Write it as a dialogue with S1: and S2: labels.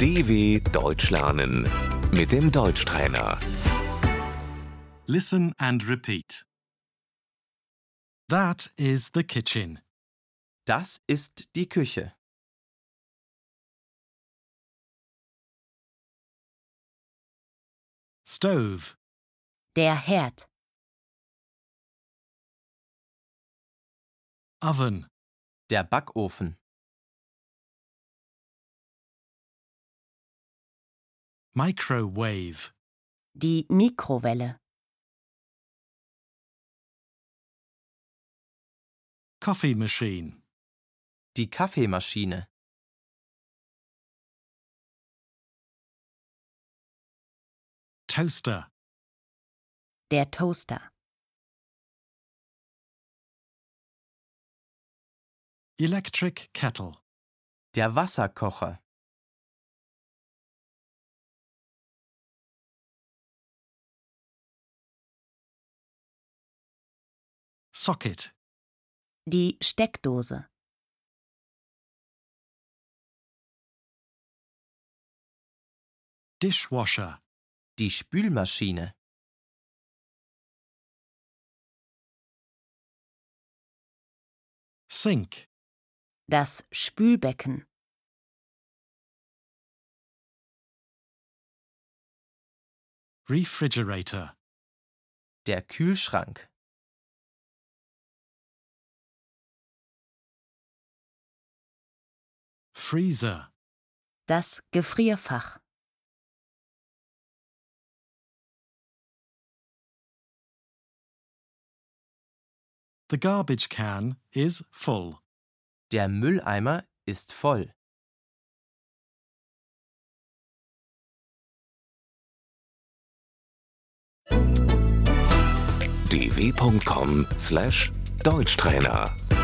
S1: DW Deutsch lernen mit dem Deutschtrainer.
S2: Listen and repeat. That is the kitchen.
S3: Das ist die Küche.
S2: Stove,
S4: Der Herd,
S2: oven,
S3: Der Backofen.
S2: microwave,
S4: die Mikrowelle,
S2: coffee machine,
S3: Die Kaffeemaschine.
S2: toaster,
S4: der Toaster,
S2: electric kettle,
S3: Der Wasserkocher.
S2: socket,
S4: die Steckdose,
S2: dishwasher,
S3: Die Spülmaschine.
S2: sink,
S4: das Spülbecken,
S2: refrigerator,
S3: Der Kühlschrank.
S2: freezer,
S4: das Gefrierfach,
S2: The garbage can is full.
S3: Der Mülleimer ist voll.
S1: dw.com/deutschtrainer